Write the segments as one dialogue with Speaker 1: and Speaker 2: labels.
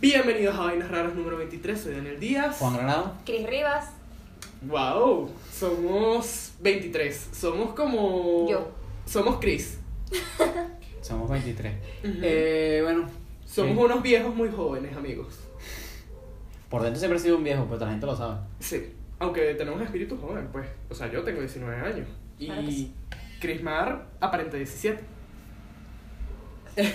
Speaker 1: Bienvenidos a Vainas Raras número 23, soy Daniel Díaz.
Speaker 2: Juan Granado.
Speaker 3: Cris Rivas,
Speaker 1: Wow, somos 23, somos como...
Speaker 3: Yo.
Speaker 1: Somos Chris.
Speaker 2: Somos 23.
Speaker 1: Ujú.
Speaker 2: Eh, bueno,
Speaker 1: Somos
Speaker 2: sí.
Speaker 1: unos viejos muy jóvenes, amigos.
Speaker 2: por dentro siempre he sido un viejo, pero la gente lo sabe.
Speaker 1: Sí, aunque tenemos espíritu joven, pues. O sea, yo tengo 19 años. Y
Speaker 3: Claro que sí.
Speaker 1: Chris Mar aparenta 17.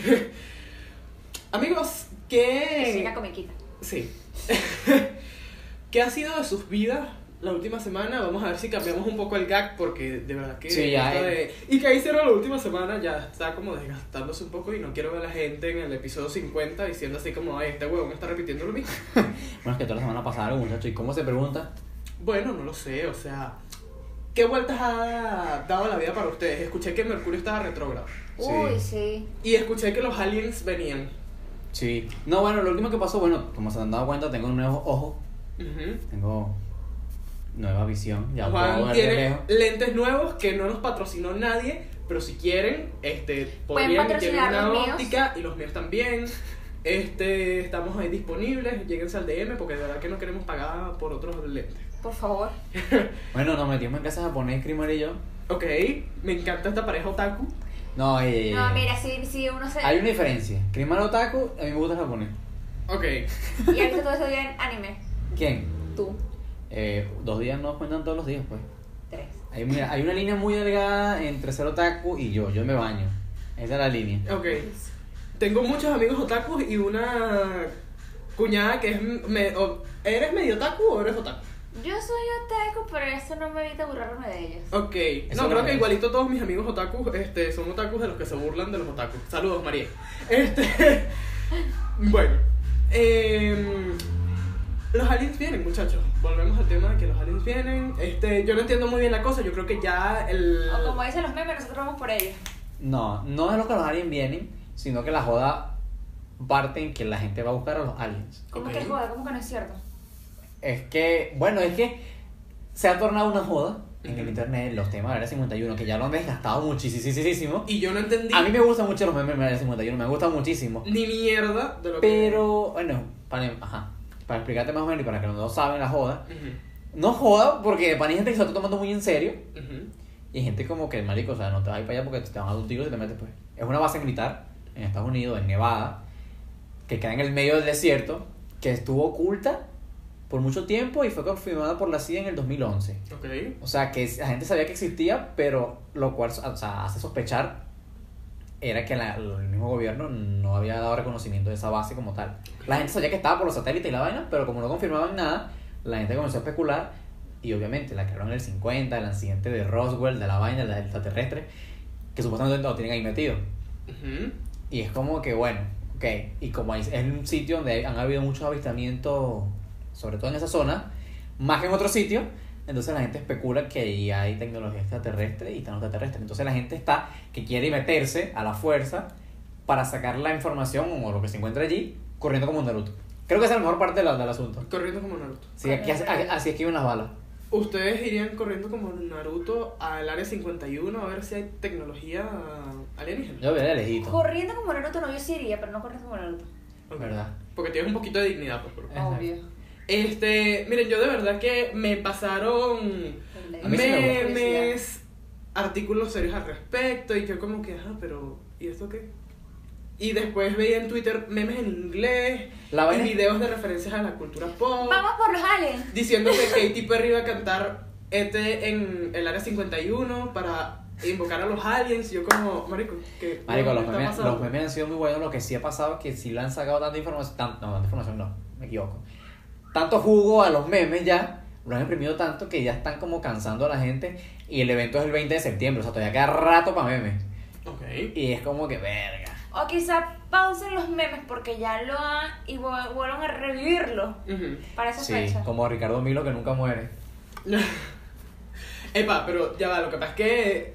Speaker 1: amigos,
Speaker 3: que soy
Speaker 1: ¿qué...
Speaker 3: una comiquita.
Speaker 1: Sí. ¿Qué ha sido de sus vidas la última semana? Vamos a ver si cambiamos un poco el gag porque de verdad que...
Speaker 2: Sí, ya,
Speaker 1: esto
Speaker 2: eh.
Speaker 1: de- Y que hicieron la última semana ya está como desgastándose un poco y no quiero ver a la gente en el episodio 50 diciendo así como, ay, este huevón está repitiendo lo mismo.
Speaker 2: Bueno, es que toda la semana pasada algo, muchacho. ¿Y cómo se pregunta?
Speaker 1: Bueno, no lo sé, o sea... ¿Qué vueltas ha dado la vida para ustedes? Escuché que Mercurio estaba retrógrado.
Speaker 2: Sí.
Speaker 3: Uy, sí.
Speaker 1: Y escuché que los aliens venían.
Speaker 2: Sí. No, bueno, lo último que pasó, bueno, como se han dado cuenta, tengo un nuevo ojo.
Speaker 1: Ujú.
Speaker 2: Tengo nueva visión. Ya puedo
Speaker 1: Juan
Speaker 2: ver de
Speaker 1: tiene
Speaker 2: lejos.
Speaker 1: lentes nuevos que no nos patrocinó nadie, pero si quieren, este,
Speaker 3: Pueden
Speaker 1: podrían,
Speaker 3: patrocinar
Speaker 1: tienen una
Speaker 3: los míos.
Speaker 1: óptica y los míos también. Este, estamos ahí disponibles, lléguense al DM porque de verdad que no queremos pagar por otros lentes.
Speaker 3: Por favor.
Speaker 2: Bueno, nos metimos en casa japonés, Krimer y yo.
Speaker 1: Ok, me encanta esta pareja otaku.
Speaker 2: No, eh,
Speaker 3: No, mira, si, si uno se.
Speaker 2: Hay una diferencia. Krimer otaku, a mí me gusta el japonés.
Speaker 1: Ok,
Speaker 3: Y ahorita todo eso día en anime.
Speaker 2: ¿Quién?
Speaker 3: Tú.
Speaker 2: Eh, dos días no cuentan todos los días, pues.
Speaker 3: Tres.
Speaker 2: Hay, mira, hay una línea muy delgada entre ser otaku y yo. Yo me baño. Esa es la línea.
Speaker 1: ok. Tengo muchos amigos otakus y una cuñada que es... me- o- ¿Eres medio otaku o eres otaku?
Speaker 3: Yo soy otaku, pero eso no me evita burlarme de ellos.
Speaker 1: Ok,
Speaker 2: Eso
Speaker 1: no,
Speaker 2: no
Speaker 1: creo
Speaker 2: me
Speaker 1: que
Speaker 2: es.
Speaker 1: igualito todos mis amigos otakus este, son otakus de los que se burlan de los otakus. Saludos, María. Este, bueno, em, los aliens vienen, muchachos. Volvemos al tema de que los aliens vienen. Este, yo no entiendo muy bien la cosa, yo creo que ya el...
Speaker 3: O como dicen los memes, nosotros vamos por ellos.
Speaker 2: No, no es lo que los aliens vienen, sino que la joda parte en que la gente va a buscar a los aliens.
Speaker 3: ¿Cómo
Speaker 1: Ok.
Speaker 3: que es joda? ¿Cómo que no es cierto?
Speaker 2: Es que, bueno, es que se ha tornado una joda en el
Speaker 1: Ujú.
Speaker 2: internet, los temas de la 51, que ya lo han desgastado muchísimo.
Speaker 1: Y yo no entendí
Speaker 2: A mí me gustan mucho los memes de la 51, me gustan muchísimo.
Speaker 1: ni mierda de lo
Speaker 2: Pero, bueno, para, em, ajá, para explicarte más o menos y para que no saben la joda,
Speaker 1: que... Ujú,
Speaker 2: no joda porque para mí hay gente que se lo está tomando muy en serio
Speaker 1: ujú.
Speaker 2: y hay gente como que, marico, o sea, no te vas a ir para allá porque te van a dar un tiro y te metes pues. Es una base militar en Estados Unidos, en Nevada, que queda en el medio del desierto, que estuvo oculta por mucho tiempo y fue confirmada por la CIA en el 2011.
Speaker 1: Ok,
Speaker 2: O sea, que la gente sabía que existía, pero lo cual o sea, hace sospechar era que la- el mismo gobierno no había dado reconocimiento de esa base como tal. La gente sabía que estaba por los satélites y la vaina, pero como no confirmaban nada, la gente comenzó a especular y obviamente la crearon en el 50, el accidente de Roswell, de la vaina, del extraterrestre, que supuestamente lo tienen ahí metido.
Speaker 1: ujú.
Speaker 2: Y es como que, bueno, ok. Y como hay- es un sitio donde han habido muchos avistamientos, sobre todo en esa zona, más que en otro sitio, entonces la gente especula que ahí hay tecnología extraterrestre y están los extraterrestres. Entonces la gente está que quiere meterse a la fuerza para sacar la información o lo que se encuentra allí, corriendo como un Naruto. Creo que esa es la mejor parte de la- del asunto.
Speaker 1: corriendo como Naruto.
Speaker 2: Sí, aquí, así, así esquivan las balas.
Speaker 1: ¿Ustedes irían corriendo como Naruto al área 51 a ver si hay tecnología alienígena?
Speaker 2: Yo vería de lejito.
Speaker 3: Corriendo como Naruto, no, yo sí iría, pero no corriendo como Naruto.
Speaker 1: Ok.
Speaker 2: ¿Verdad?
Speaker 1: Porque tienes un poquito de dignidad, por favor.
Speaker 2: Exacto.
Speaker 3: Obvio.
Speaker 1: Este, miren, yo de verdad que me pasaron
Speaker 2: A mí sí me gusta.
Speaker 1: memes, artículos serios al respecto, y yo como que, ajá, pero, ¿y esto qué? Y después veía en Twitter memes en inglés,
Speaker 2: La vaina
Speaker 1: y videos de referencias a la cultura pop,
Speaker 3: Vamos por los aliens.
Speaker 1: diciendo que Katy Perry iba a cantar este en el área 51 para invocar a los aliens, y yo como, marico, ¿qué
Speaker 2: Marico,
Speaker 1: qué
Speaker 2: los
Speaker 1: está
Speaker 2: memes,
Speaker 1: pasando?"
Speaker 2: los memes han sido muy buenos. Lo que sí ha pasado es que sí le han sacado tanta información. tan- no, tanta información no, me equivoco. Tanto jugo a los memes ya. Lo han imprimido tanto que ya están como cansando a la gente. Y el evento es el 20 de septiembre. O sea, todavía queda rato para memes.
Speaker 1: Ok.
Speaker 2: Y es como que verga.
Speaker 3: O quizá pausen los memes porque ya lo han y vu- vuelvan a revivirlo
Speaker 1: Ujú.
Speaker 3: para esa
Speaker 2: Sí,
Speaker 3: fecha.
Speaker 2: como Ricardo Milo que nunca muere.
Speaker 1: Epa, pero ya va, lo que pasa es que eh,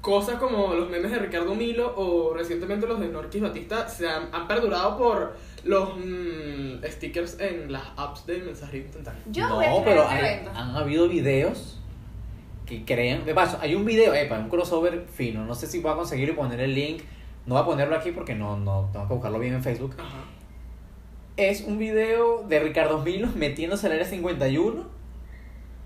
Speaker 1: cosas como los memes de Ricardo Milo o recientemente los de Norquis Batista se han, han perdurado por los mm, stickers en las apps de mensajería instantánea.
Speaker 3: Yo
Speaker 2: no,
Speaker 3: voy
Speaker 2: pero
Speaker 3: a crear un
Speaker 2: hay-
Speaker 3: evento.
Speaker 2: han habido videos que creen. De paso, hay un video, epa, un crossover fino. No sé si voy a conseguir y poner el link. No voy a ponerlo aquí porque no, no, tengo que buscarlo bien en Facebook.
Speaker 1: Ajá.
Speaker 2: es un video de Ricardo Milos metiéndose al área 51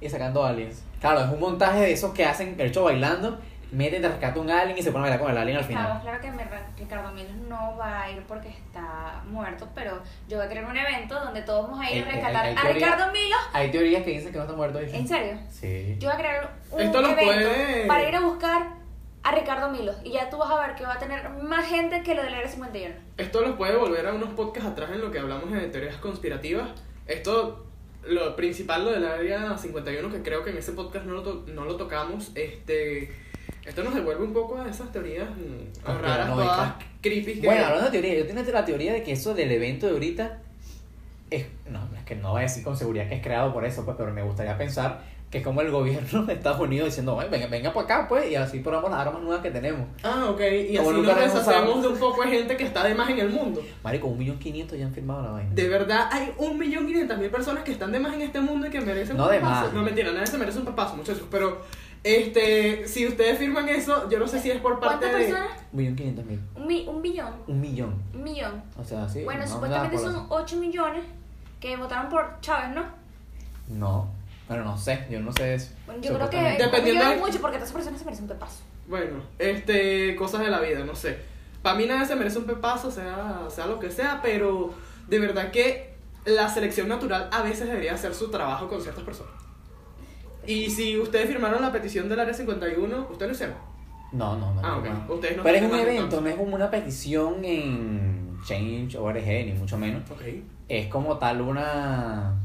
Speaker 2: y sacando aliens. Claro, es un montaje de esos que hacen, el hecho bailando, meten, te rescata un alien y se pone a bailar con el alien al
Speaker 3: Estamos
Speaker 2: final.
Speaker 3: claro que me- Ricardo Milos no va a ir porque está muerto, pero yo voy a crear un evento donde todos vamos a ir a
Speaker 2: Hay-
Speaker 3: rescatar
Speaker 2: hay- hay
Speaker 3: a
Speaker 2: teoría.
Speaker 3: Ricardo Milos.
Speaker 2: Hay teorías que dicen que no está muerto. ¿viste?
Speaker 3: ¿En serio?
Speaker 2: Sí.
Speaker 3: Yo voy a crear un
Speaker 1: Esto lo
Speaker 3: evento
Speaker 1: puede-
Speaker 3: para ir a buscar a Ricardo Milos. Y ya tú vas a ver que va a tener más gente que lo del Área 51.
Speaker 1: Esto los puede volver a unos podcasts atrás en lo que hablamos de teorías conspirativas. Esto, lo principal, lo del área 51, que creo que en ese podcast no lo, to- no lo tocamos, este, esto nos devuelve un poco a esas teorías mm, raras,
Speaker 2: Conspiranoicas.
Speaker 1: todas creepy. Que,
Speaker 2: Bueno, hablando de teoría, yo tengo la teoría de que eso del evento de ahorita es. No, es que no voy a decir con seguridad que es creado por eso, pues, pero me gustaría pensar que es como el gobierno de Estados Unidos diciendo, "Oye, venga, venga para acá, pues, y así probamos las armas nuevas que tenemos.
Speaker 1: Ah, ok, y así
Speaker 2: Como
Speaker 1: nos
Speaker 2: nunca las
Speaker 1: deshacemos
Speaker 2: usamos.
Speaker 1: de un poco de gente que está de más en el mundo.
Speaker 2: Marico, un millón quinientos ya han firmado la vaina.
Speaker 1: De verdad, hay un millón quinientas mil personas que están de más en este mundo y que merecen
Speaker 2: No
Speaker 1: un
Speaker 2: de
Speaker 1: papazo.
Speaker 2: más.
Speaker 1: No, mentira, nadie se merece un papazo, muchachos, pero... Este, si ustedes firman eso, yo no sé si es por parte
Speaker 3: ¿Cuántas
Speaker 1: de...
Speaker 3: personas?
Speaker 2: Un millón quinientos mil.
Speaker 3: Un, mi- un billón.
Speaker 2: Un millón.
Speaker 3: Un millón.
Speaker 2: O sea, sí.
Speaker 3: bueno,
Speaker 2: no,
Speaker 3: supuestamente
Speaker 2: nada por-
Speaker 3: son 8 millones que votaron por Chávez, ¿no?
Speaker 2: No. Bueno, no sé, yo no sé eso.
Speaker 3: Bueno, yo creo que
Speaker 2: Supuestamente.
Speaker 1: Dep- Dependiendo
Speaker 3: un millón
Speaker 1: de-
Speaker 3: es mucho porque todas esas personas se merecen un pepazo.
Speaker 1: Bueno, este, cosas de la vida, no sé. Para mí nadie se merece un pepazo, sea, sea lo que sea, pero de verdad que la selección natural a veces debería hacer su trabajo con ciertas personas. Y si ustedes firmaron la petición del Área 51, ustedes lo hicieron.
Speaker 2: No, no, no.
Speaker 1: Ah,
Speaker 2: no,
Speaker 1: ok.
Speaker 2: no.
Speaker 1: Ustedes no
Speaker 2: Pero es
Speaker 1: firman
Speaker 2: un evento,
Speaker 1: entonces.
Speaker 2: no es como una petición en Change.org, ni mucho menos.
Speaker 1: Ok.
Speaker 2: es como tal una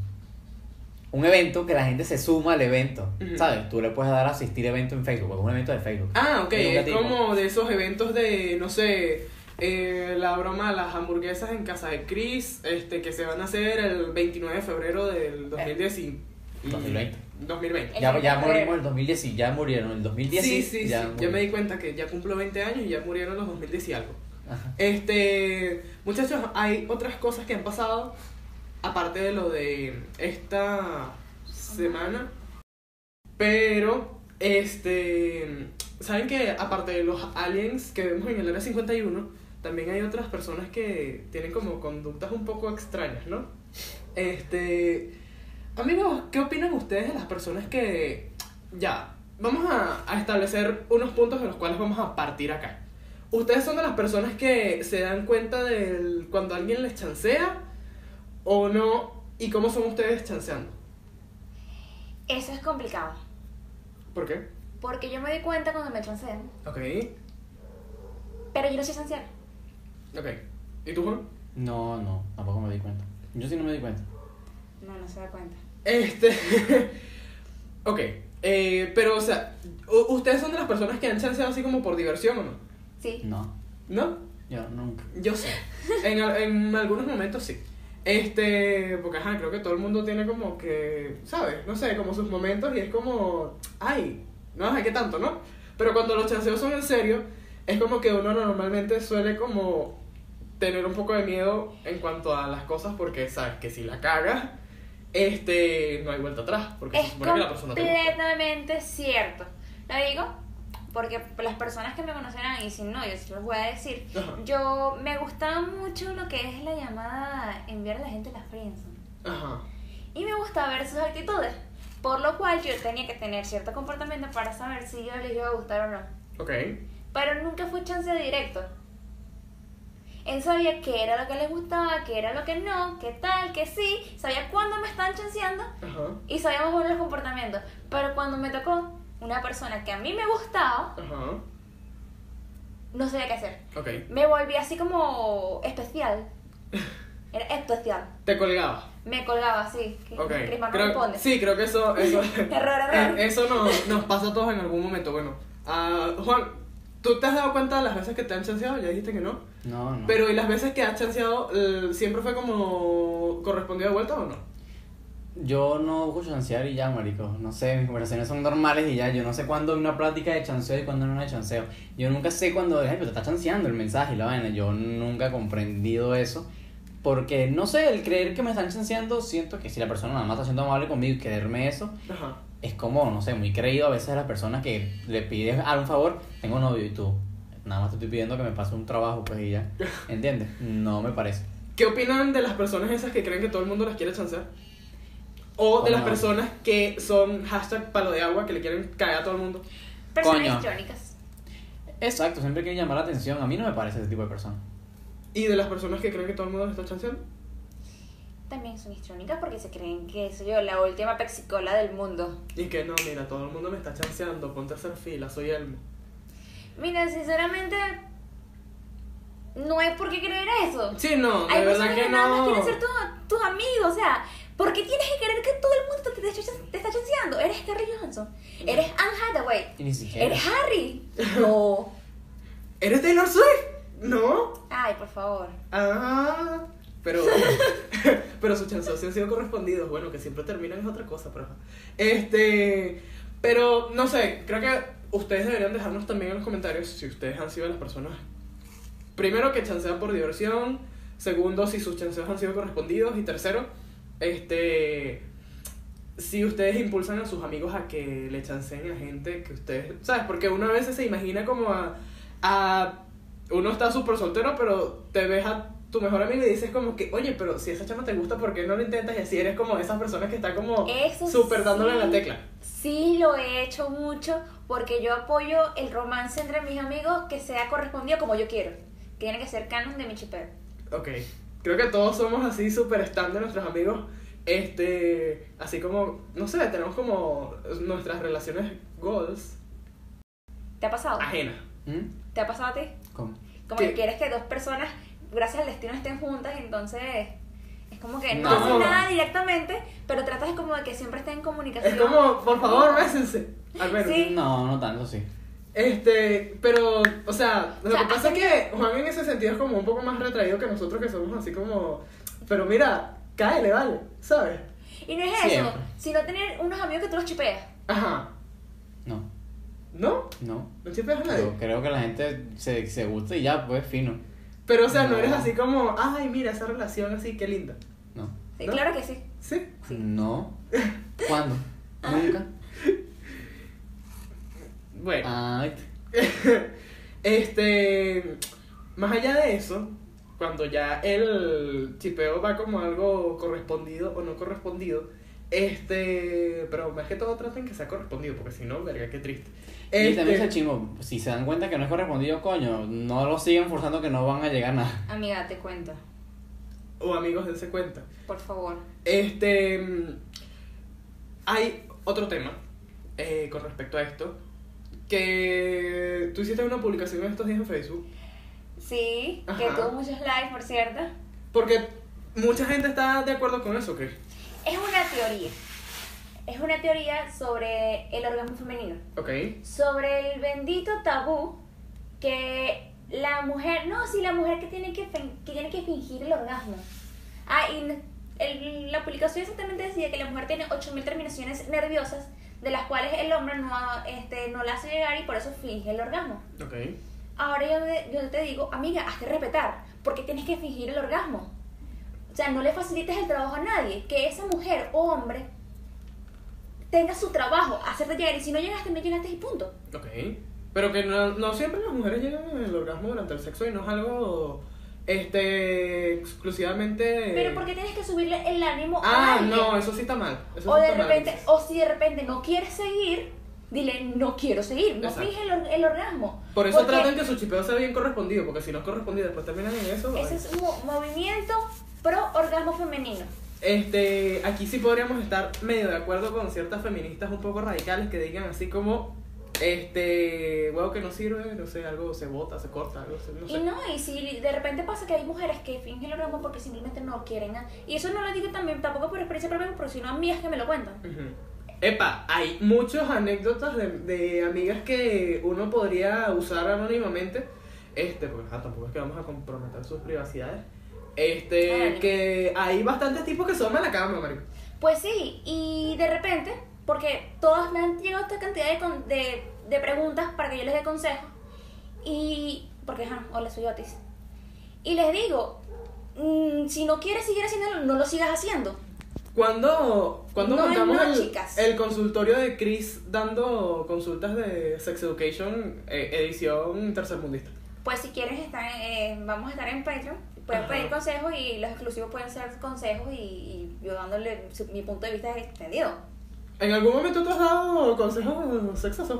Speaker 2: un evento que la gente se suma al evento,
Speaker 1: Ujú.
Speaker 2: ¿sabes? Tú le puedes dar a asistir evento en Facebook, porque es un evento de Facebook.
Speaker 1: Ah, ok,
Speaker 2: Educativo.
Speaker 1: es como de esos eventos de, no sé, eh, la broma de las hamburguesas en casa de Chris, este, que se van a hacer el 29 de febrero del 2010
Speaker 2: 2020.
Speaker 1: 2020.
Speaker 2: Ya, ya morimos el 2010 y ya murieron el 2010.
Speaker 1: Sí, sí,
Speaker 2: ya
Speaker 1: sí. Yo
Speaker 2: murieron.
Speaker 1: me di cuenta que ya cumplo 20 años y ya murieron los 2010 y algo.
Speaker 2: Ajá.
Speaker 1: Este, muchachos, hay otras cosas que han pasado aparte de lo de esta semana. Pero este, saben que aparte de los aliens que vemos en el área 51, también hay otras personas que tienen como conductas un poco extrañas, ¿no? Este, amigos, ¿qué opinan ustedes de las personas que ya vamos a, a establecer unos puntos de los cuales vamos a partir acá? ¿Ustedes son de las personas que se dan cuenta de cuando alguien les chancea o no? ¿Y cómo son ustedes chanceando?
Speaker 3: Eso es complicado.
Speaker 1: ¿Por qué?
Speaker 3: Porque yo me di cuenta cuando me chancean.
Speaker 1: Ok,
Speaker 3: Pero yo no sé chancear.
Speaker 1: ok. ¿Y tú, Juan?
Speaker 2: No, no, tampoco me di cuenta. Yo sí no me di cuenta.
Speaker 3: No, no se da cuenta.
Speaker 1: Este. ok, eh, pero o sea, ¿u- ¿ustedes son de las personas que han chanceado así como por diversión o no?
Speaker 3: Sí.
Speaker 1: Mm,
Speaker 2: No,
Speaker 1: ¿No?
Speaker 2: yo nunca.
Speaker 1: Yo sé. En, al- en algunos momentos sí. Este, porque ajá, creo que todo el mundo tiene como que, ¿sabes? No sé, como sus momentos y es como, ay, no sé qué tanto, ¿no? Pero cuando los chanceos son en serio, es como que uno normalmente suele como tener un poco de miedo en cuanto a las cosas porque sabes que si la cagas, este, no hay vuelta atrás, porque se
Speaker 3: Es
Speaker 1: supone que la persona te gusta.
Speaker 3: completamente cierto. Lo digo porque las personas que me conocerán y si no, yo se los voy a decir.
Speaker 1: Ajá.
Speaker 3: Yo me gustaba mucho lo que es la llamada enviar a la gente a la friendzone.
Speaker 1: Ajá.
Speaker 3: y me gustaba ver sus actitudes. Por lo cual yo tenía que tener cierto comportamiento para saber si yo les iba a gustar o no.
Speaker 1: Ok.
Speaker 3: Pero nunca fue chance directo. Él sabía qué era lo que les gustaba, qué era lo que no, qué tal, qué sí. Sabía cuándo me estaban chanceando
Speaker 1: Ajá.
Speaker 3: y sabía más o menos los comportamientos. Pero cuando me tocó una persona que a mí me gustaba,
Speaker 1: Ajá.
Speaker 3: no sabía qué hacer.
Speaker 1: Ok.
Speaker 3: Me volví así como especial. Era especial.
Speaker 1: Te colgabas.
Speaker 3: Me colgaba así. que
Speaker 1: Ok.
Speaker 3: Crismar no
Speaker 1: Creo-
Speaker 3: responde.
Speaker 1: sí, creo que eso, eso,
Speaker 3: Error, error.
Speaker 1: eh, eso nos, nos pasa a todos en algún momento. Bueno, ah, Juan, ¿tú te has dado cuenta de las veces que te han chanceado? Ya dijiste que no.
Speaker 2: No, no.
Speaker 1: Pero ¿y las veces que has chanceado eh, siempre fue como correspondido de vuelta o no?
Speaker 2: Yo no busco chancear y ya, marico. No sé, mis conversaciones son normales y ya. Yo no sé cuándo una plática de chanceo y cuándo no una de chanceo. Yo nunca sé cuándo, ay, pero te está chanceando el mensaje y la vaina. Yo nunca he comprendido eso. Porque, no sé, el creer que me están chanceando, siento que si la persona nada más está siendo amable conmigo y creerme eso,
Speaker 1: Ajá.
Speaker 2: es como, no sé, muy creído a veces a las personas que le pides a un favor, tengo novio y tú. Nada más te estoy pidiendo que me pase un trabajo, pues y ya. ¿Entiendes? No me parece.
Speaker 1: ¿Qué opinan de las personas esas que creen que todo el mundo las quiere chancear? O de las
Speaker 2: Coño.
Speaker 1: personas que son hashtag palo de agua que le quieren caer a todo el mundo.
Speaker 3: Personas
Speaker 2: Coño.
Speaker 3: histriónicas.
Speaker 2: Exacto, siempre quieren llamar la atención. A mí no me parece ese tipo de persona.
Speaker 1: Y de las personas que creen que todo el mundo las está chanceando.
Speaker 3: También son histriónicas porque se creen que soy yo la última pexicola del mundo.
Speaker 1: Y que no, mira, todo el mundo me está chanceando, ponte a hacer fila, soy Elmo.
Speaker 3: Mira, sinceramente, no es por qué creer eso.
Speaker 1: Sí, no, de
Speaker 3: Hay
Speaker 1: verdad
Speaker 3: personas que,
Speaker 1: que
Speaker 3: pues nada más
Speaker 1: no.
Speaker 3: quieren ser tu- tus amigos, o sea, ¿por qué tienes que creer que todo el mundo te, te está chan- te está chanceando? Eres Carrie Johnson, eres Anne Hathaway,
Speaker 2: Y ni siquiera.
Speaker 3: eres Harry. No.
Speaker 1: ¿Eres Taylor Swift? No.
Speaker 3: Ay, por favor.
Speaker 1: Ah. Pero, pero sus chanceos sí han sido correspondidos. Bueno, que siempre terminan es otra cosa, pero. Este. Pero, no sé, creo que ustedes deberían dejarnos también en los comentarios si ustedes han sido las personas. Primero, que chancean por diversión. Segundo, si sus chanceos han sido correspondidos. Y tercero, este. Si ustedes impulsan a sus amigos a que le chanceen a gente que ustedes. ¿Sabes? Porque uno a veces se imagina como a. a- uno está súper soltero, pero te ves a tu mejor amigo y dices como que, oye, pero si esa chama te gusta, ¿por qué no lo intentas? Y así eres como esas personas que están como
Speaker 3: Eso
Speaker 1: súper dándole
Speaker 3: Pues sí.
Speaker 1: la tecla.
Speaker 3: Sí, lo he hecho mucho porque yo apoyo el romance entre mis amigos que sea correspondido como yo quiero. Que tiene que ser canon de mi chipper.
Speaker 1: Ok. Creo que todos somos así súper stand de nuestros amigos. Este, así como, no sé, tenemos como nuestras relaciones goals
Speaker 3: ¿Te ha pasado?
Speaker 1: ajenas.
Speaker 2: ¿Mm?
Speaker 3: ¿Te ha pasado a ti?
Speaker 2: ¿Cómo?
Speaker 3: Como que
Speaker 1: ¿Qué?
Speaker 3: quieres que dos personas, gracias al destino, estén juntas, entonces es como que no,
Speaker 2: No.
Speaker 3: hacen nada directamente, pero tratas de como de que siempre estén en comunicación.
Speaker 1: Es como, por favor, bésense. Al menos.
Speaker 3: Sí.
Speaker 2: No, no tanto, sí.
Speaker 1: Este, pero, o sea, lo
Speaker 3: O sea,
Speaker 1: que pasa es que Juan en ese sentido es como un poco más retraído que nosotros que somos así como, pero mira, cáele, vale, ¿sabes?
Speaker 3: Y no es eso,
Speaker 2: Siempre.
Speaker 3: sino tener unos amigos que tú los chipeas.
Speaker 1: Ajá.
Speaker 2: No,
Speaker 1: ¿No?
Speaker 2: no.
Speaker 1: No chipeas a nadie.
Speaker 2: Pero creo que la gente se, se gusta y ya, pues fino.
Speaker 1: Pero, o sea, no
Speaker 2: No.
Speaker 1: eres así como, ay, mira, esa relación así, qué linda.
Speaker 2: No.
Speaker 3: Sí,
Speaker 1: ¿No?
Speaker 3: Claro que sí.
Speaker 1: ¿Sí? Ah.
Speaker 2: No. ¿Cuándo? ¿Nunca?
Speaker 1: Bueno.
Speaker 2: Ay,
Speaker 1: Este, más allá de eso, cuando ya el chipeo va como algo correspondido o no correspondido, este, pero más que todo traten que sea correspondido, porque si no, verga, qué triste.
Speaker 2: Y también ese
Speaker 1: Este,
Speaker 2: chingo, si se dan cuenta que no es correspondido, coño, no lo sigan forzando que no van a llegar a nada.
Speaker 3: Amiga, te cuento,
Speaker 1: o amigos, dense cuenta.
Speaker 3: por favor.
Speaker 1: Este, mm, hay otro tema eh, con respecto a esto, que tú hiciste una publicación en estos días en Facebook,
Speaker 3: Sí, que
Speaker 1: Ajá.
Speaker 3: tuvo muchos likes, por cierto.
Speaker 1: porque mucha gente está de acuerdo con eso, ¿qué?
Speaker 3: Es una teoría. Es una teoría sobre el orgasmo femenino.
Speaker 1: Ok.
Speaker 3: sobre el bendito tabú que la mujer, no, sí, la mujer que tiene que, fin- que, tiene que fingir el orgasmo. Ah, y n- el- la publicación exactamente decía que la mujer tiene 8.000 terminaciones nerviosas, de las cuales el hombre no, ha- este, no la hace llegar y por eso finge el orgasmo.
Speaker 1: Ok.
Speaker 3: Ahora yo, de- yo te digo, amiga, hazte respetar, porque tienes que fingir el orgasmo. O sea, no le facilites el trabajo a nadie. Que esa mujer o hombre tenga su trabajo, hacerte llegar. Y si no llegaste, no llegaste y punto.
Speaker 1: Ok. Pero que no, no siempre las mujeres llegan al orgasmo durante el sexo y no es algo este exclusivamente.
Speaker 3: Pero porque tienes que subirle el ánimo a
Speaker 1: Ah,
Speaker 3: alguien.
Speaker 1: no, eso sí está mal. Eso
Speaker 3: o
Speaker 1: sí
Speaker 3: de
Speaker 1: está mal.
Speaker 3: repente, o si de repente no quieres seguir, dile no quiero seguir, no
Speaker 1: Exacto.
Speaker 3: finge el, or- el orgasmo.
Speaker 1: Por eso
Speaker 3: Porque
Speaker 1: traten que su chipeo sea bien correspondido, porque si no es correspondido después terminan en eso.
Speaker 3: Ese es un mo- movimiento pro orgasmo femenino.
Speaker 1: Este, aquí sí podríamos estar medio de acuerdo con ciertas feministas un poco radicales que digan así como este huevo que no sirve, no sé, algo se bota, se corta, algo se, no sé.
Speaker 3: Y no, y si de repente pasa que hay mujeres que fingen el orgasmo porque simplemente no quieren. ah, Y eso no lo digo también tampoco por experiencia propia, porque si no, amigas que me lo cuentan.
Speaker 1: Ujú. Epa, hay muchas anécdotas de, de amigas que uno podría usar anónimamente. Este, porque ajá, tampoco es que vamos a comprometer sus privacidades. Este,
Speaker 3: Ay.
Speaker 1: que hay bastantes tipos que son a la cama, marico.
Speaker 3: Pues sí, y de repente, porque todas me han llegado esta cantidad de, con- de, de preguntas para que yo les dé consejos, y porque, ajá, hola, soy Otis. Y les digo, mm, si no quieres seguir haciéndolo, no lo sigas haciendo.
Speaker 1: Cuando, cuando
Speaker 3: No es
Speaker 1: montamos
Speaker 3: no,
Speaker 1: el,
Speaker 3: chicas.
Speaker 1: el consultorio de Chris dando consultas de Sex Education, eh, edición tercermundista.
Speaker 3: Pues si quieres, estar, en- eh, vamos a estar en Patreon, pueden
Speaker 1: Ajá.
Speaker 3: pedir consejos y los exclusivos pueden ser consejos y, y yo dándole su- mi punto de vista extendido.
Speaker 1: ¿En algún momento tú has dado consejos sexosos?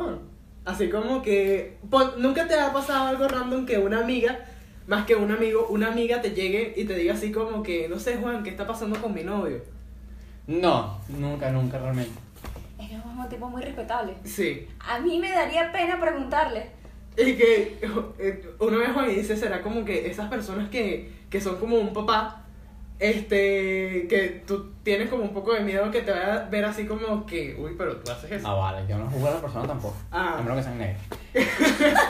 Speaker 1: Así como que. pon- ¿Nunca te ha pasado algo random que una amiga, más que un amigo, una amiga te llegue y te diga así como que, no sé, Juan, ¿qué está pasando con mi novio?
Speaker 2: No, nunca, nunca realmente.
Speaker 3: Es que es un tipo muy respetable.
Speaker 1: Sí.
Speaker 3: A mí me daría pena preguntarle.
Speaker 1: Y que eh, una vez Juan dice, será como que esas personas que, que son como un papá, este, que tú tienes como un poco de miedo que te vaya a ver así como que, uy, pero tú haces eso.
Speaker 2: No Ah, vale, yo no juzgo a la persona tampoco.
Speaker 1: Ah.
Speaker 2: A menos que sean negros.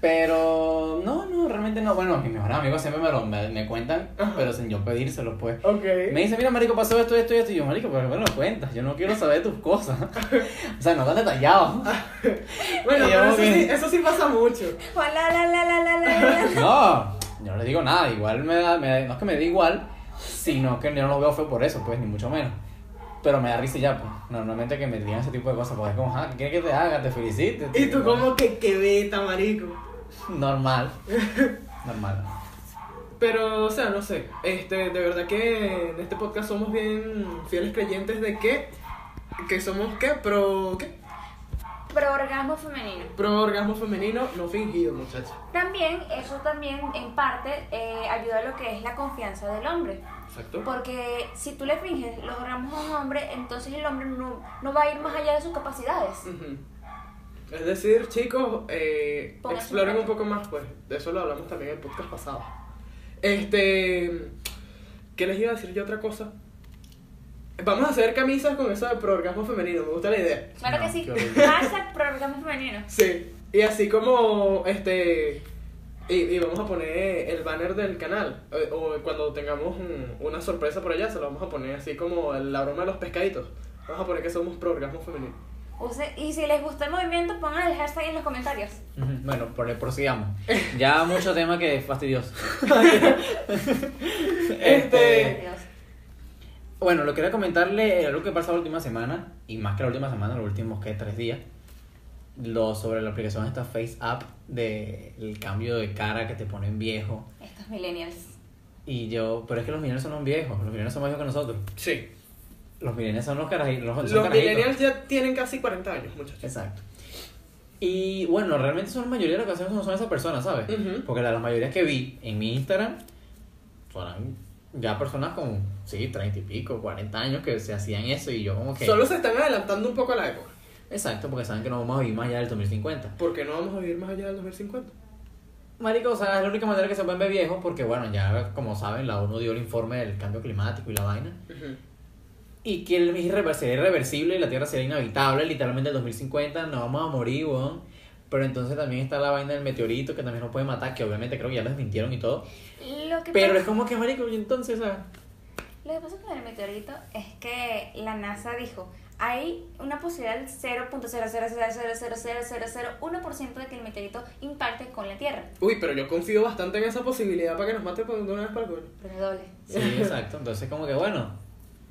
Speaker 2: pero no, no, realmente no. Bueno, mis mejores amigos siempre me lo me, me cuentan,
Speaker 1: Ajá.
Speaker 2: pero sin yo pedírselo, pues.
Speaker 1: Ok.
Speaker 2: Me dice, mira, marico, pasó esto, esto y esto. Y yo, marico, pero me lo cuentas. Yo no quiero saber tus cosas. o sea, no tan detallado.
Speaker 1: Bueno, pero
Speaker 2: Y yo
Speaker 1: eso,
Speaker 2: como que-
Speaker 1: sí, eso sí pasa mucho.
Speaker 3: Juan, la, la, la, la, la, la, la, la.
Speaker 2: No, yo no le digo nada. Igual me da, me da- no es que me dé igual, sino que yo no lo veo fue por eso, pues, ni mucho menos. Pero me da risa y ya, pues. Normalmente que me digan ese tipo de cosas, porque es como, ah, ¿qué quieres que te haga? Te felicite.
Speaker 1: Y tú
Speaker 2: Te-
Speaker 1: como que, que beta, marico.
Speaker 2: Normal. Normal.
Speaker 1: Pero, o sea, no sé. Este, de verdad que en este podcast somos bien fieles creyentes de que, que somos, ¿qué? Pro, ¿qué?
Speaker 3: Pero orgasmo femenino.
Speaker 1: Pro orgasmo femenino no fingido, muchacha.
Speaker 3: También, eso también en parte eh, ayuda a lo que es la confianza del hombre.
Speaker 1: Exacto.
Speaker 3: Porque si tú le finges los orgasmos a un hombre, entonces el hombre no, no va a ir más allá de sus capacidades.
Speaker 1: Ujú. Es decir, chicos, eh,
Speaker 3: Pongan su
Speaker 1: exploren un
Speaker 3: parte.
Speaker 1: poco más, pues. De eso lo hablamos también en el podcast pasado. Este. ¿Qué les iba a decir yo otra cosa? Vamos a hacer camisas con eso de pro orgasmo femenino. Me gusta la idea.
Speaker 3: Claro
Speaker 2: No,
Speaker 3: que sí.
Speaker 2: qué horrible.
Speaker 3: Hashtag pro orgasmo femenino.
Speaker 1: Sí. Y así como. Este. Y, y vamos a poner el banner del canal. eh, O, cuando tengamos un- una sorpresa por allá, se lo vamos a poner así como la broma de los pescaditos. Vamos a poner que somos pro orgasmo femenino.
Speaker 3: Use- y si les gusta el movimiento, pongan el hashtag en los comentarios.
Speaker 2: Ujú, Bueno, por, prosigamos. Ya mucho tema que es fastidioso.
Speaker 1: Este-
Speaker 2: este,
Speaker 3: Dios.
Speaker 2: bueno, lo que quería comentarle era lo que pasó la última semana, y más que la última semana, los últimos que tres días, lo sobre la aplicación esta Face App del cambio de cara que te ponen viejo.
Speaker 3: Estos millennials.
Speaker 2: Y yo, pero es que los millennials son los viejos, los millennials son más viejos que nosotros.
Speaker 1: Sí.
Speaker 2: Los millennials son los carajitos. Los, son
Speaker 1: Los
Speaker 2: carajitos.
Speaker 1: millennials ya tienen casi 40 años, muchachos.
Speaker 2: Exacto. Y bueno, realmente son la mayoría de las ocasiones no son esas personas, ¿sabes?
Speaker 1: Ujú.
Speaker 2: Porque la, la mayoría que vi en mi Instagram son ya personas con, sí, 30 y pico, 40 años que se hacían eso y yo como que...
Speaker 1: Solo se están adelantando un poco a la época.
Speaker 2: Exacto, porque saben que no vamos a vivir más allá del 2050.
Speaker 1: Porque no vamos a vivir más allá del 2050.
Speaker 2: Marico, o sea, es la única manera que se pueden ver viejos porque, bueno, ya como saben, la ONU dio el informe del cambio climático y la vaina. Y que el irrever- sería irreversible, la Tierra sería inhabitable, literalmente en 2050 nos vamos a morir, weón. Pero entonces también está la vaina del meteorito que también nos puede matar, que obviamente creo que ya les mintieron y todo.
Speaker 3: Lo que
Speaker 2: Pero
Speaker 3: pasa-
Speaker 2: es como que, marico, y entonces, ah,
Speaker 3: Lo que pasa con el meteorito es que la NASA dijo, hay una posibilidad del 0.000000001% de que el meteorito impacte con la Tierra.
Speaker 1: Uy, pero yo confío bastante en esa posibilidad para que nos mate por- de una vez para el coño.
Speaker 3: Pero doble.
Speaker 2: Sí, exacto. Entonces como que, bueno,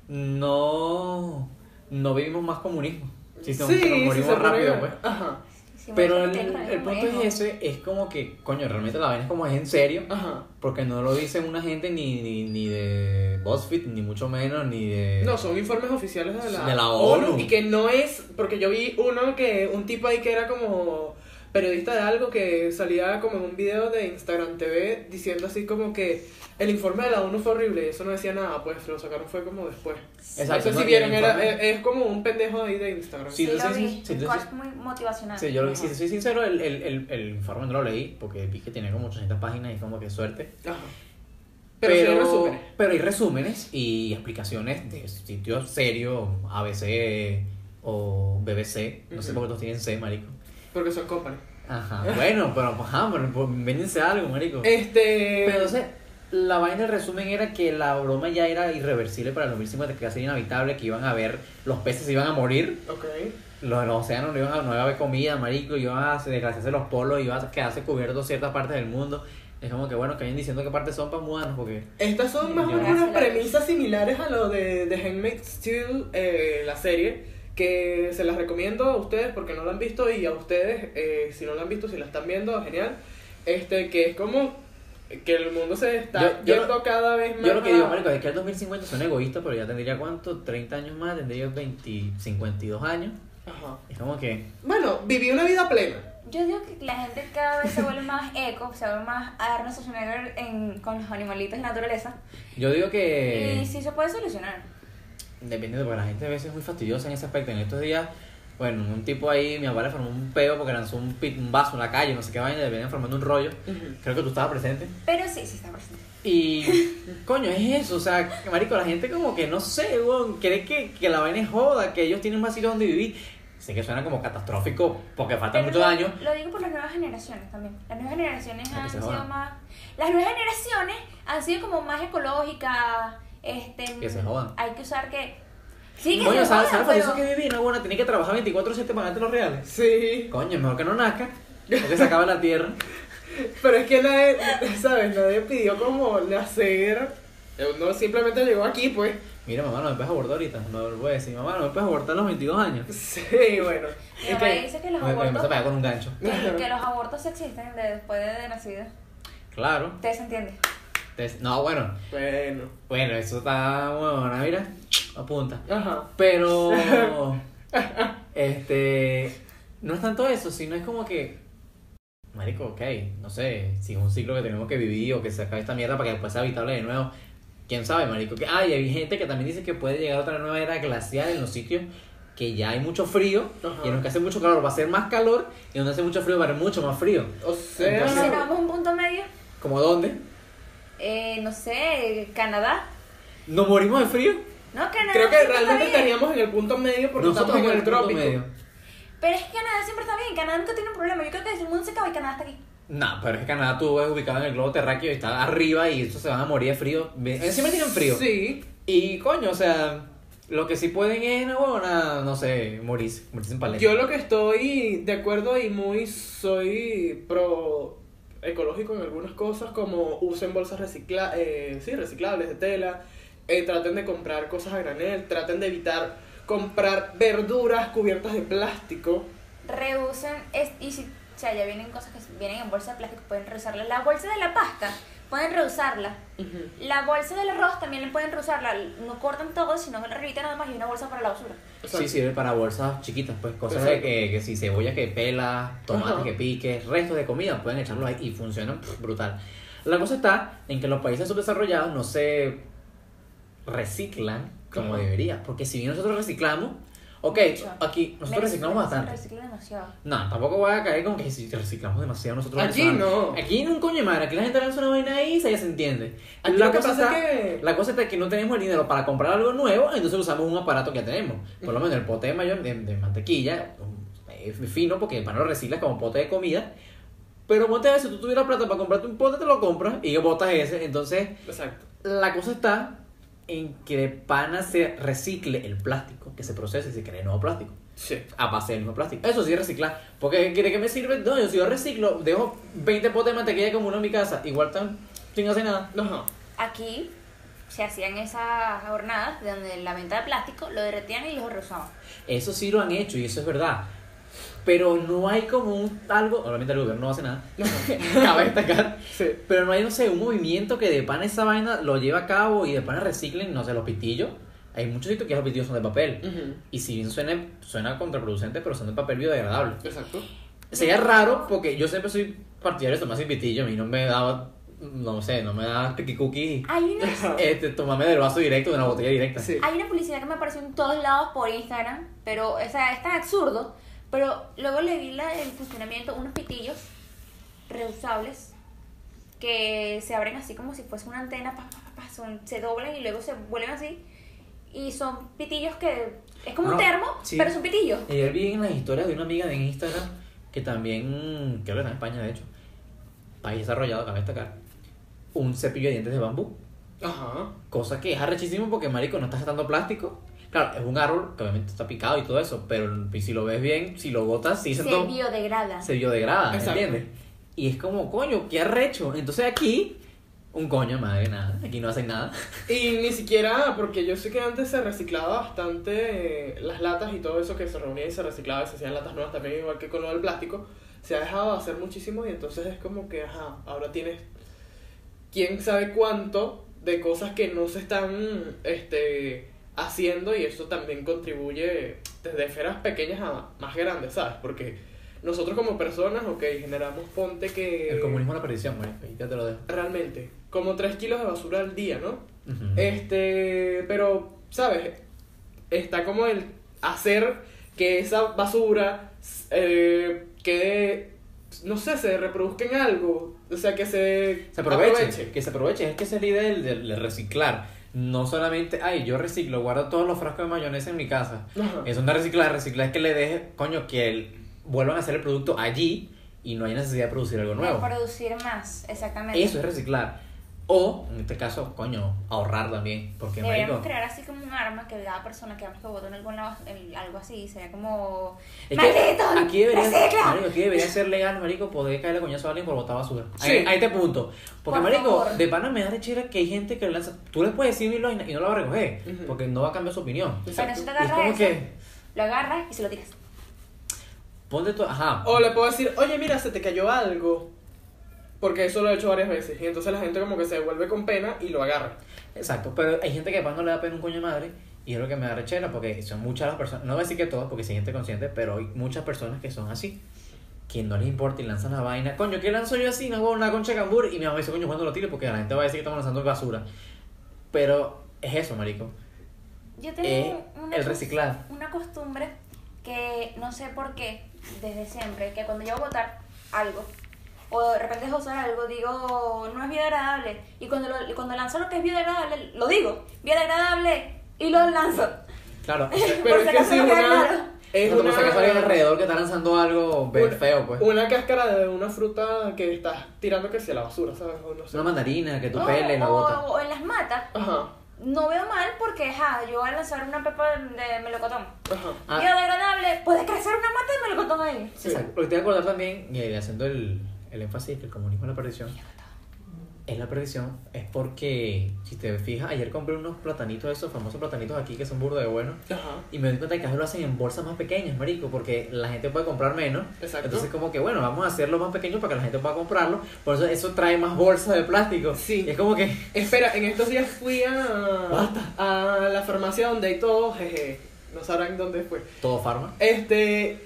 Speaker 2: no, no vivimos más comunismo. Si somos- nos morimos
Speaker 1: se pone-
Speaker 2: rápido, pues.
Speaker 1: Ajá,
Speaker 3: Si
Speaker 2: Pero el,
Speaker 3: muere meteorito,
Speaker 2: el punto
Speaker 3: morimos.
Speaker 2: es ese, es como que, coño, realmente la vaina es como es en serio.
Speaker 1: ajá.
Speaker 2: Porque no lo dicen una gente ni, ni, ni de BuzzFeed, ni mucho menos, ni de...
Speaker 1: No, son informes oficiales de la,
Speaker 2: De la ONU.
Speaker 1: Y que no es. Porque yo vi uno que. Un tipo ahí que era como. Periodista de algo que salía como en un video de Instagram TV diciendo así como que el informe de la ONU fue horrible y eso no decía nada, pues lo sacaron fue como después.
Speaker 2: Exacto,
Speaker 1: eso
Speaker 2: ¿no?
Speaker 1: si
Speaker 2: Y
Speaker 1: vieron,
Speaker 2: el
Speaker 1: era,
Speaker 2: informe-
Speaker 1: es, es como un pendejo ahí de Instagram.
Speaker 2: Sí,
Speaker 3: Sí,
Speaker 2: entonces
Speaker 3: lo
Speaker 2: sí,
Speaker 3: vi,
Speaker 2: sí,
Speaker 3: un
Speaker 2: entonces-
Speaker 3: coach muy motivacional.
Speaker 2: Sí, yo lo, si
Speaker 3: Ajá.
Speaker 2: te soy sincero, el, el, el, el informe no lo leí porque vi que tenía como 800 páginas y como que suerte.
Speaker 1: Ajá. Pero, sí hay
Speaker 2: Pero,
Speaker 1: resúmenes.
Speaker 2: pero hay resúmenes y explicaciones de sitios serios, ABC o BBC. No sé
Speaker 1: Ujú.
Speaker 2: por qué todos tienen C, marico.
Speaker 1: Porque son company.
Speaker 2: Ajá, bueno, pero ajá, pero, pues, véndense algo, marico.
Speaker 1: Este.
Speaker 2: Pero entonces, la vaina del resumen era que la broma ya era irreversible para el 2050, que iba a ser inhabitable, que iban a ver, los peces se iban a morir.
Speaker 1: Ok.
Speaker 2: los, los océanos no iban a, no iba a haber comida, marico, iban a se- desgraciarse los polos, iban a quedarse cubiertos ciertas partes del mundo. Es como que bueno, que vayan diciendo qué partes son para mudarnos, porque
Speaker 1: Estas son más o
Speaker 2: Yo-
Speaker 1: menos unas premisas similares a lo de The Handmaid's Tale, eh, la serie, que se las recomiendo a ustedes porque no la han visto y a ustedes, eh, si no la han visto, si la están viendo, genial. Este, que es como que el mundo se está
Speaker 2: Yo- yo
Speaker 1: yendo
Speaker 2: lo-
Speaker 1: cada vez más.
Speaker 2: Yo lo que digo,
Speaker 1: a-
Speaker 2: marico, es que el 2050 son egoístas, pero ya tendría cuánto, 30 años más, tendría 20, 52 años.
Speaker 1: Ajá.
Speaker 2: Es como que,
Speaker 1: Bueno, viví una vida plena.
Speaker 3: Yo digo que la gente cada vez se vuelve más eco, se vuelve más Arnold Schwarzenegger en, con los animalitos de naturaleza.
Speaker 2: yo digo que
Speaker 3: Y sí se puede solucionar.
Speaker 2: dependiendo, porque la gente a veces es muy fastidiosa en ese aspecto. En estos días, bueno, un tipo ahí, mi abuela formó un peo porque lanzó un, pit- un vaso en la calle, no sé qué vaina, le venían formando un rollo. Creo que tú estabas presente.
Speaker 3: Pero sí, sí está presente.
Speaker 2: Y, coño, es eso, o sea, marico, la gente como que, no sé, weón, cree que, que la vaina es joda, que ellos tienen más sitio donde vivir. Sé que suena como catastrófico, porque faltan
Speaker 3: Pero
Speaker 2: muchos
Speaker 3: lo-
Speaker 2: años,
Speaker 3: Lo digo por las nuevas generaciones también. Las nuevas generaciones
Speaker 2: Ah, que
Speaker 3: han
Speaker 2: se
Speaker 3: sido
Speaker 2: jodan.
Speaker 3: más. Las nuevas generaciones han sido como más ecológicas. Este,
Speaker 2: Que se jodan.
Speaker 3: Hay que usar que. Sí, que
Speaker 2: Coño,
Speaker 3: se
Speaker 2: ¿sabes, ¿sabes
Speaker 3: jodan,
Speaker 2: por
Speaker 3: pero-
Speaker 2: eso que vivir? No, bueno, tenía que trabajar 24-7 para ganarte los reales.
Speaker 1: Sí.
Speaker 2: Coño, mejor que no nazca, porque se acaba la tierra.
Speaker 1: Pero es que nadie, ¿sabes? Nadie pidió como nacer. Uno simplemente llegó aquí, pues.
Speaker 2: Mira, mamá, no me puedes abortar ahorita. Me vuelvo a decir, mamá, no me puedes abortar a los 22 años.
Speaker 1: Sí, bueno.
Speaker 3: Mi mamá dice que los
Speaker 2: Me, me empezó a
Speaker 3: abortos.
Speaker 2: pegar con un gancho.
Speaker 3: Que, que los abortos sí existen de- después de nacido.
Speaker 2: Claro.
Speaker 3: Ustedes entienden.
Speaker 2: Entonces, no, bueno.
Speaker 1: Bueno.
Speaker 2: Bueno, eso está bueno, mira, apunta.
Speaker 1: Ajá.
Speaker 2: Pero, este, no es tanto eso, sino es como que, marico, ok, no sé, si es un ciclo que tenemos que vivir o que se acabe esta mierda para que después sea habitable de nuevo, quién sabe, marico. Que, ah, y hay gente que también dice que puede llegar otra nueva era glacial en los sitios que ya hay mucho frío
Speaker 1: Ajá.
Speaker 2: y en los que hace mucho calor va a ser más calor y donde hace mucho frío va a haber mucho más frío.
Speaker 1: O sea.
Speaker 3: Y si nos
Speaker 2: Entonces-
Speaker 3: vamos a un punto medio,
Speaker 2: ¿Como dónde?
Speaker 3: eh, no sé, Canadá.
Speaker 2: ¿Nos morimos de frío?
Speaker 3: No, Canadá.
Speaker 1: Creo que
Speaker 3: siempre
Speaker 1: realmente
Speaker 3: está bien.
Speaker 1: estaríamos en el punto medio porque
Speaker 2: Nosotros
Speaker 1: estamos en el
Speaker 2: punto
Speaker 1: trópico.
Speaker 2: medio.
Speaker 3: Pero es que Canadá siempre está bien. Canadá nunca tiene un problema. Yo creo que el mundo se acaba y Canadá está aquí.
Speaker 2: No, pero es que Canadá tú es ubicado en el globo terráqueo y está arriba y estos se van a morir de frío. Ve- Encima tienen frío.
Speaker 1: Sí.
Speaker 2: Y coño, o sea, lo que sí pueden es, no, bueno, no sé, morirse, morirse en paleta.
Speaker 1: Yo lo que estoy de acuerdo y muy soy pro ecológico en algunas cosas, como usen bolsas recicla eh, sí, reciclables de tela, eh, traten de comprar cosas a granel, traten de evitar comprar verduras cubiertas de plástico.
Speaker 3: Reusen. Es, y si, o sea, ya vienen cosas que vienen en bolsa de plástico, pueden reusarla. La bolsa de la pasta, pueden reusarla. La bolsa del arroz también le pueden reusarla. No cortan todo, sino que la revitan nada más y una bolsa para la basura.
Speaker 1: O sea,
Speaker 2: Sí, sirve para bolsas chiquitas, pues cosas de
Speaker 1: Exacto.
Speaker 2: que, que si cebollas que pelas, tomates
Speaker 1: Ajá.
Speaker 2: que piques, restos de comida, pueden echarlos ahí y funcionan pff, brutal. La cosa está en que los países subdesarrollados no se reciclan como
Speaker 1: Ajá.
Speaker 2: debería, porque si bien nosotros reciclamos, ok,
Speaker 3: Mucho.
Speaker 2: aquí nosotros reciclamos bastante.
Speaker 3: Reciclan demasiado.
Speaker 2: No, tampoco voy a caer con que si reciclamos demasiado nosotros.
Speaker 1: Aquí
Speaker 2: venezolanos.
Speaker 1: no.
Speaker 2: Aquí no un coño de madre. Aquí la gente lanza una vaina ahí y se ya se entiende.
Speaker 1: Aquí
Speaker 2: la,
Speaker 1: lo que
Speaker 2: cosa
Speaker 1: pasa
Speaker 2: está,
Speaker 1: es que-
Speaker 2: la cosa está que no tenemos el dinero para comprar algo nuevo, entonces usamos un aparato que ya tenemos. Por lo menos el pote de, mayor, de, de mantequilla es fino porque el pan lo reciclas como pote de comida. Pero ponte a ver, si tú tuvieras plata para comprarte un pote, te lo compras y botas ese. Entonces,
Speaker 1: Exacto.
Speaker 2: la cosa está en que de pana se recicle el plástico, que se procese y se cree nuevo plástico
Speaker 1: Sí.
Speaker 2: a base del mismo plástico. Eso sí es reciclar. Porque ¿cree que me sirve? No, yo si yo reciclo, dejo 20 potes de mantequilla como uno en mi casa. Igual tan sin hacer nada.
Speaker 1: Ajá.
Speaker 3: Aquí se hacían esas jornadas de donde la venta de plástico lo derretían y lo reusaban.
Speaker 2: Eso sí lo han hecho y eso es verdad. Pero no hay como un algo, obviamente el gobierno no hace nada, cabe destacar,
Speaker 1: Sí.
Speaker 2: pero no hay, no sé, un movimiento que de pana esa vaina lo lleva a cabo y de pana reciclen, no sé, los pitillos. Hay muchos sitios que los pitillos son de papel.
Speaker 1: Ujú.
Speaker 2: Y si bien suena, suena contraproducente, pero son de papel biodegradable.
Speaker 1: Exacto.
Speaker 2: Sería raro porque yo siempre soy partidario de tomar sin pitillo. A mí no me daba, no sé, no me daba piqui cookie.
Speaker 3: Hay una
Speaker 2: Este, tomarme del vaso directo, de una botella directa.
Speaker 1: Sí.
Speaker 3: Hay una publicidad que me apareció en todos lados por Instagram, pero, o sea, es tan absurdo. Pero luego le vi la, el funcionamiento, unos pitillos reusables que se abren así como si fuese una antena, pa, pa, pa, pa, son- se doblan y luego se vuelven así. Y son pitillos que es como
Speaker 2: No,
Speaker 3: un termo,
Speaker 2: sí.
Speaker 3: pero son pitillos.
Speaker 2: Ayer vi en las historias de una amiga de Instagram que también, mm, creo que está en España, de hecho, país desarrollado, cabe destacar, un cepillo de dientes de bambú.
Speaker 1: Ajá.
Speaker 2: Cosa que es arrechísimo porque, marico, no estás gastando plástico. Claro, es un árbol que obviamente está picado y todo eso, pero si lo ves bien, si lo botas, sí
Speaker 3: Se
Speaker 2: se to-
Speaker 3: biodegradan.
Speaker 2: se biodegrada,
Speaker 1: Exacto.
Speaker 2: ¿entiendes? Y es como, coño, qué arrecho. Entonces aquí, un coño, madre, nada. Aquí no hacen nada.
Speaker 1: Y ni siquiera, porque yo sé que antes se reciclaba bastante eh, las latas y todo eso que se reunía y se reciclaba y se hacían latas nuevas también, igual que con lo del plástico. Se ha dejado de hacer muchísimo y entonces es como que, ajá, ahora tienes quién sabe cuánto de cosas que no se están este, haciendo y eso también contribuye desde esferas pequeñas a más grandes, ¿sabes? Porque nosotros como personas, ok, generamos ponte que...
Speaker 2: El comunismo es la perdición, güey. Ahí Ya te lo dejo.
Speaker 1: Realmente, como 3 kilos de basura al día, ¿no?
Speaker 2: Ujú.
Speaker 1: Este, pero, ¿sabes? Está como el hacer que esa basura eh, quede, no sé, se reproduzca en algo. O sea, que se,
Speaker 2: se aproveche, que se aproveche, es que esa es la idea del, del- del reciclar. No solamente, ay, yo reciclo, guardo todos los frascos de mayonesa en mi casa.
Speaker 1: Ajá.
Speaker 2: Eso no es reciclar, reciclar es que le dejes, coño, que el- vuelvan a hacer el producto allí y no hay necesidad de producir algo nuevo.
Speaker 3: Producir más, exactamente.
Speaker 2: Eso es reciclar. O, en este caso, coño, ahorrar también. Porque,
Speaker 3: Deberíamos
Speaker 2: marico,
Speaker 3: crear así como un arma que cada persona que vamos que voten alguna, en algo así, sería como...
Speaker 2: es que
Speaker 3: ¡Maldito!
Speaker 2: aquí debería,
Speaker 3: ¡Recicla!
Speaker 2: marico, aquí debería ser legal, marico, poder caerle coñazo a alguien por botar basura.
Speaker 1: Sí.
Speaker 2: Ahí, ahí te punto. Porque,
Speaker 3: Por
Speaker 2: marico,
Speaker 3: favor.
Speaker 2: de pana me da rechera que hay gente que lanza... Tú le puedes decir "Milo", y no lo va a recoger.
Speaker 1: Ujú.
Speaker 2: Porque no va a cambiar su opinión.
Speaker 3: Pero si te
Speaker 2: Y es
Speaker 3: agarras
Speaker 2: como
Speaker 3: eso,
Speaker 2: que,
Speaker 3: lo agarras y se lo tiras.
Speaker 2: ponte tu... Ajá.
Speaker 1: O le puedo decir, oye, mira, se te cayó algo. Porque eso lo he hecho varias veces. Y entonces la gente como que se devuelve con pena y lo agarra.
Speaker 2: Exacto, pero hay gente que de pana no le da pena un coño de madre y es lo que me da rechera porque son muchas las personas, no voy a decir que todas porque soy gente consciente, pero hay muchas personas que son así, que no les importa y lanzan la vaina. Coño, ¿qué lanzo yo así? No, una concha de cambur y mi mamá dice, coño, ¿cuándo lo tiro? Porque la gente va a decir que estamos lanzando basura. Pero es eso, marico.
Speaker 3: Yo tengo
Speaker 2: Es
Speaker 3: una,
Speaker 2: Eh, el
Speaker 3: cos-
Speaker 2: reciclar.
Speaker 3: una costumbre que no sé por qué, desde siempre, que cuando yo voy a votar algo, o de repente dejo usar algo, digo, no es biodegradable. Y cuando, lo- y cuando lanzo lo que es biodegradable, lo digo, biodegradable, y lo lanzo.
Speaker 2: Claro.
Speaker 1: Pero es
Speaker 3: Por si
Speaker 1: que
Speaker 3: acaso
Speaker 1: sí es
Speaker 3: no queda claro.
Speaker 1: una... Es
Speaker 2: Es como
Speaker 1: una,
Speaker 2: sacar a alguien alrededor que está lanzando algo ve-
Speaker 1: una-
Speaker 2: feo, pues.
Speaker 1: una cáscara de una fruta que estás tirando que sea la basura, ¿sabes? O no sé.
Speaker 2: Una mandarina que tú
Speaker 1: Oh,
Speaker 3: O-
Speaker 2: peles y la
Speaker 3: o-
Speaker 2: botas.
Speaker 3: o en las matas,
Speaker 1: Ajá,
Speaker 3: no veo mal porque, ja, yo voy a lanzar una pepa de melocotón.
Speaker 1: ajá.
Speaker 2: Ah.
Speaker 3: Biodegradable, puede crecer una mata de melocotón ahí.
Speaker 1: Sí.
Speaker 2: Exacto. Lo que te voy a acordar también, y haciendo el, el énfasis que el comunismo es la perdición, es la perdición, es porque, si te fijas, ayer compré unos platanitos, esos famosos platanitos aquí que son burda de buenos,
Speaker 1: Ajá.
Speaker 2: y me doy cuenta que casi lo hacen en bolsas más pequeñas, marico, porque la gente puede comprar menos.
Speaker 1: Exacto.
Speaker 2: Entonces, como que bueno, vamos a hacerlo más pequeño para que la gente pueda comprarlo. Por eso, eso trae más bolsas de plástico.
Speaker 1: Sí.
Speaker 2: Y es como que.
Speaker 1: Espera, en estos días fui a, a la farmacia donde hay todo, jeje, no sabrán dónde fue.
Speaker 2: Todo farma.
Speaker 1: Este,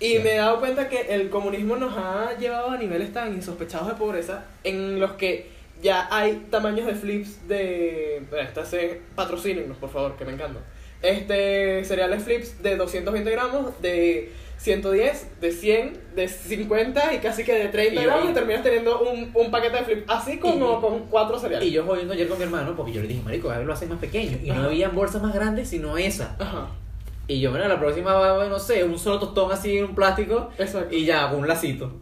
Speaker 1: y
Speaker 2: Sí.
Speaker 1: me he dado cuenta que el comunismo nos ha llevado a niveles tan insospechados de pobreza en los que ya hay tamaños de flips de... Bueno, estas se patrocínenos, por favor, que me encantan. Este, cereales flips de 220 gramos, de 110, de 100, de 50 y casi que de 30
Speaker 2: Y-
Speaker 1: gramos
Speaker 2: y-
Speaker 1: y terminas teniendo un, un paquete de flips así como
Speaker 2: Y-
Speaker 1: con cuatro cereales.
Speaker 2: Y yo jodiendo ayer con mi hermano, porque yo le dije, marico, a ver, lo hacen más pequeño. Y no
Speaker 1: Ajá.
Speaker 2: había bolsas más grandes sino esa.
Speaker 1: Ajá,
Speaker 2: Y yo, bueno, la próxima va, bueno, no sé, un solo tostón así en un plástico
Speaker 1: exacto.
Speaker 2: y ya, con un lacito.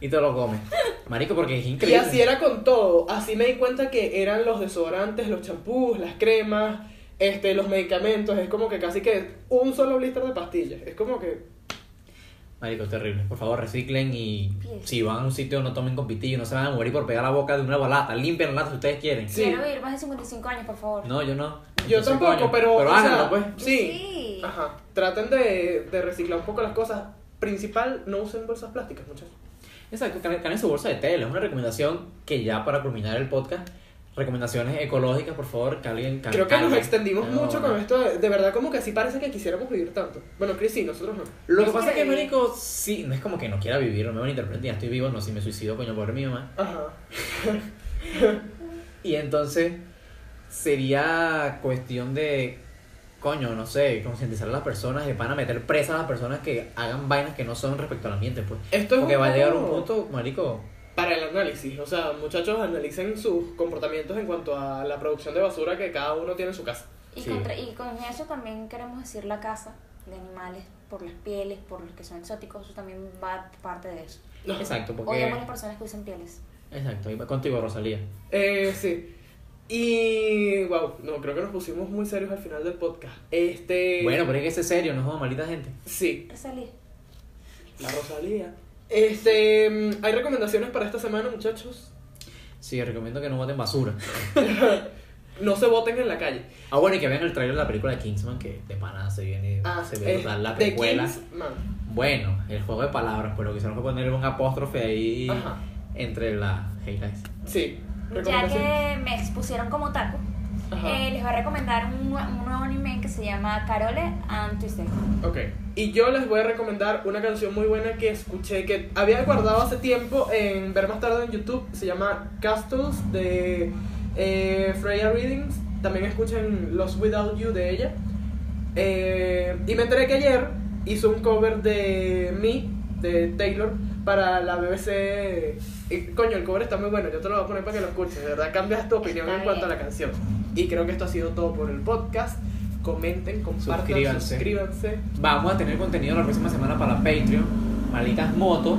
Speaker 2: Y te lo comes. Marico, porque es
Speaker 1: Y
Speaker 2: increíble.
Speaker 1: así era con todo. Así me di cuenta que eran los desodorantes, los champús, las cremas, este, los medicamentos. Es como que casi que un solo blister de pastillas. Es como que.
Speaker 2: Marico, es terrible. Por favor, reciclen y
Speaker 3: Bien.
Speaker 2: si van a un sitio no tomen con pitillo, no se van a morir por pegar la boca de una balata. Limpien la lata si ustedes quieren.
Speaker 1: Sí.
Speaker 3: Quiero vivir más de 55 años, por favor.
Speaker 2: No, yo no.
Speaker 1: Yo
Speaker 2: Entonces,
Speaker 1: tampoco,
Speaker 2: coño,
Speaker 1: pero.
Speaker 2: Pero
Speaker 1: o sea,
Speaker 2: háganlo, pues.
Speaker 1: Sí.
Speaker 3: Sí.
Speaker 1: Ajá. Traten de, de reciclar un poco las cosas. Principal, no usen bolsas plásticas, muchachos.
Speaker 2: Exacto, cambien cambien su bolsa de tela. Es una recomendación que ya para culminar el podcast, recomendaciones ecológicas, por favor, que alguien cal-
Speaker 1: Creo que nos
Speaker 2: calmen.
Speaker 1: extendimos
Speaker 2: No,
Speaker 1: mucho
Speaker 2: no.
Speaker 1: con esto. De de verdad, como que así parece que quisiéramos vivir tanto. Bueno, Chris, sí, nosotros no.
Speaker 2: Lo que
Speaker 3: Es
Speaker 2: pasa es que,
Speaker 3: increíble.
Speaker 2: marico, sí, no es como que no quiera vivir, no me malinterpreten, ya estoy vivo, no, si me suicido, coño, pobre mi mamá.
Speaker 1: Ajá.
Speaker 2: Y entonces sería cuestión de, coño, no sé, concientizar a las personas, de van a meter presas a las personas que hagan vainas que no son respecto al ambiente, pues.
Speaker 1: Esto es
Speaker 2: Porque
Speaker 1: un
Speaker 2: va a llegar un
Speaker 1: poco-
Speaker 2: punto, marico,
Speaker 1: para el análisis. O sea, muchachos, analicen sus comportamientos en cuanto a la producción de basura que cada uno tiene en su casa.
Speaker 3: Y,
Speaker 2: Sí.
Speaker 3: contra- y con eso también queremos decir la casa de animales por las pieles, por los que son exóticos, eso también va parte de eso.
Speaker 2: exacto, porque...
Speaker 3: Odiamos a las personas que usan pieles.
Speaker 2: Exacto, iba contigo, Rosalía.
Speaker 1: Eh, sí. Y, wow, no, creo que nos pusimos muy serios al final del podcast. Este...
Speaker 2: Bueno, pero es que ese es serio, no jodas malita gente.
Speaker 1: Sí,
Speaker 3: Resalí.
Speaker 1: la Rosalía. Este, mm, hay recomendaciones para esta semana, muchachos.
Speaker 2: Sí, recomiendo que no voten basura.
Speaker 1: No se voten en la calle.
Speaker 2: Ah, bueno, y que vean el trailer de la película de Kingsman, que de pana se viene, Ah, se ve
Speaker 1: eh,
Speaker 2: brutal la
Speaker 1: The
Speaker 2: precuela.
Speaker 1: Kingsman.
Speaker 2: Bueno, el juego pues de palabras, pero lo que hicieron fue ponerle un apóstrofe ahí
Speaker 1: Ajá.
Speaker 2: entre las highlights.
Speaker 1: Sí.
Speaker 3: ya
Speaker 1: Recomendaciones.
Speaker 3: que me expusieron como taco,
Speaker 1: Ajá.
Speaker 3: les voy a recomendar un, nue- un nuevo anime que se llama Carole and Tuesday.
Speaker 1: Ok. Y yo les voy a recomendar una canción muy buena que escuché, que había guardado hace tiempo en ver más tarde en YouTube. Se llama Castles de eh, Freya Readings. También escuchen Los Without You de ella. Eh, y me enteré que ayer hizo un cover de Me, de Taylor, para la BBC. Y, coño, el cover está muy bueno. Yo te lo voy a poner para que lo escuches. De verdad, cambias tu opinión
Speaker 3: Está
Speaker 1: en cuanto a la
Speaker 3: bien.
Speaker 1: canción. Y creo que esto ha sido todo por el podcast. Comenten, compartan,
Speaker 2: Suscríbanse.
Speaker 1: suscríbanse.
Speaker 2: Vamos a tener contenido la próxima semana para Patreon. Malditas motos.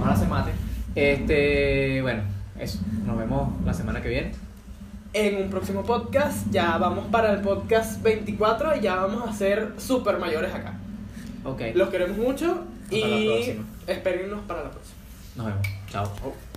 Speaker 2: Ojalá se mate. Este, bueno, eso. Nos vemos la semana que viene.
Speaker 1: en un próximo podcast. Ya vamos para el podcast 24 y ya vamos a ser super mayores acá.
Speaker 2: Ok.
Speaker 1: Los queremos mucho
Speaker 2: Hasta la
Speaker 1: y
Speaker 2: próxima.
Speaker 1: espérennos para la próxima.
Speaker 2: Nos vemos. Chao.
Speaker 1: Oh.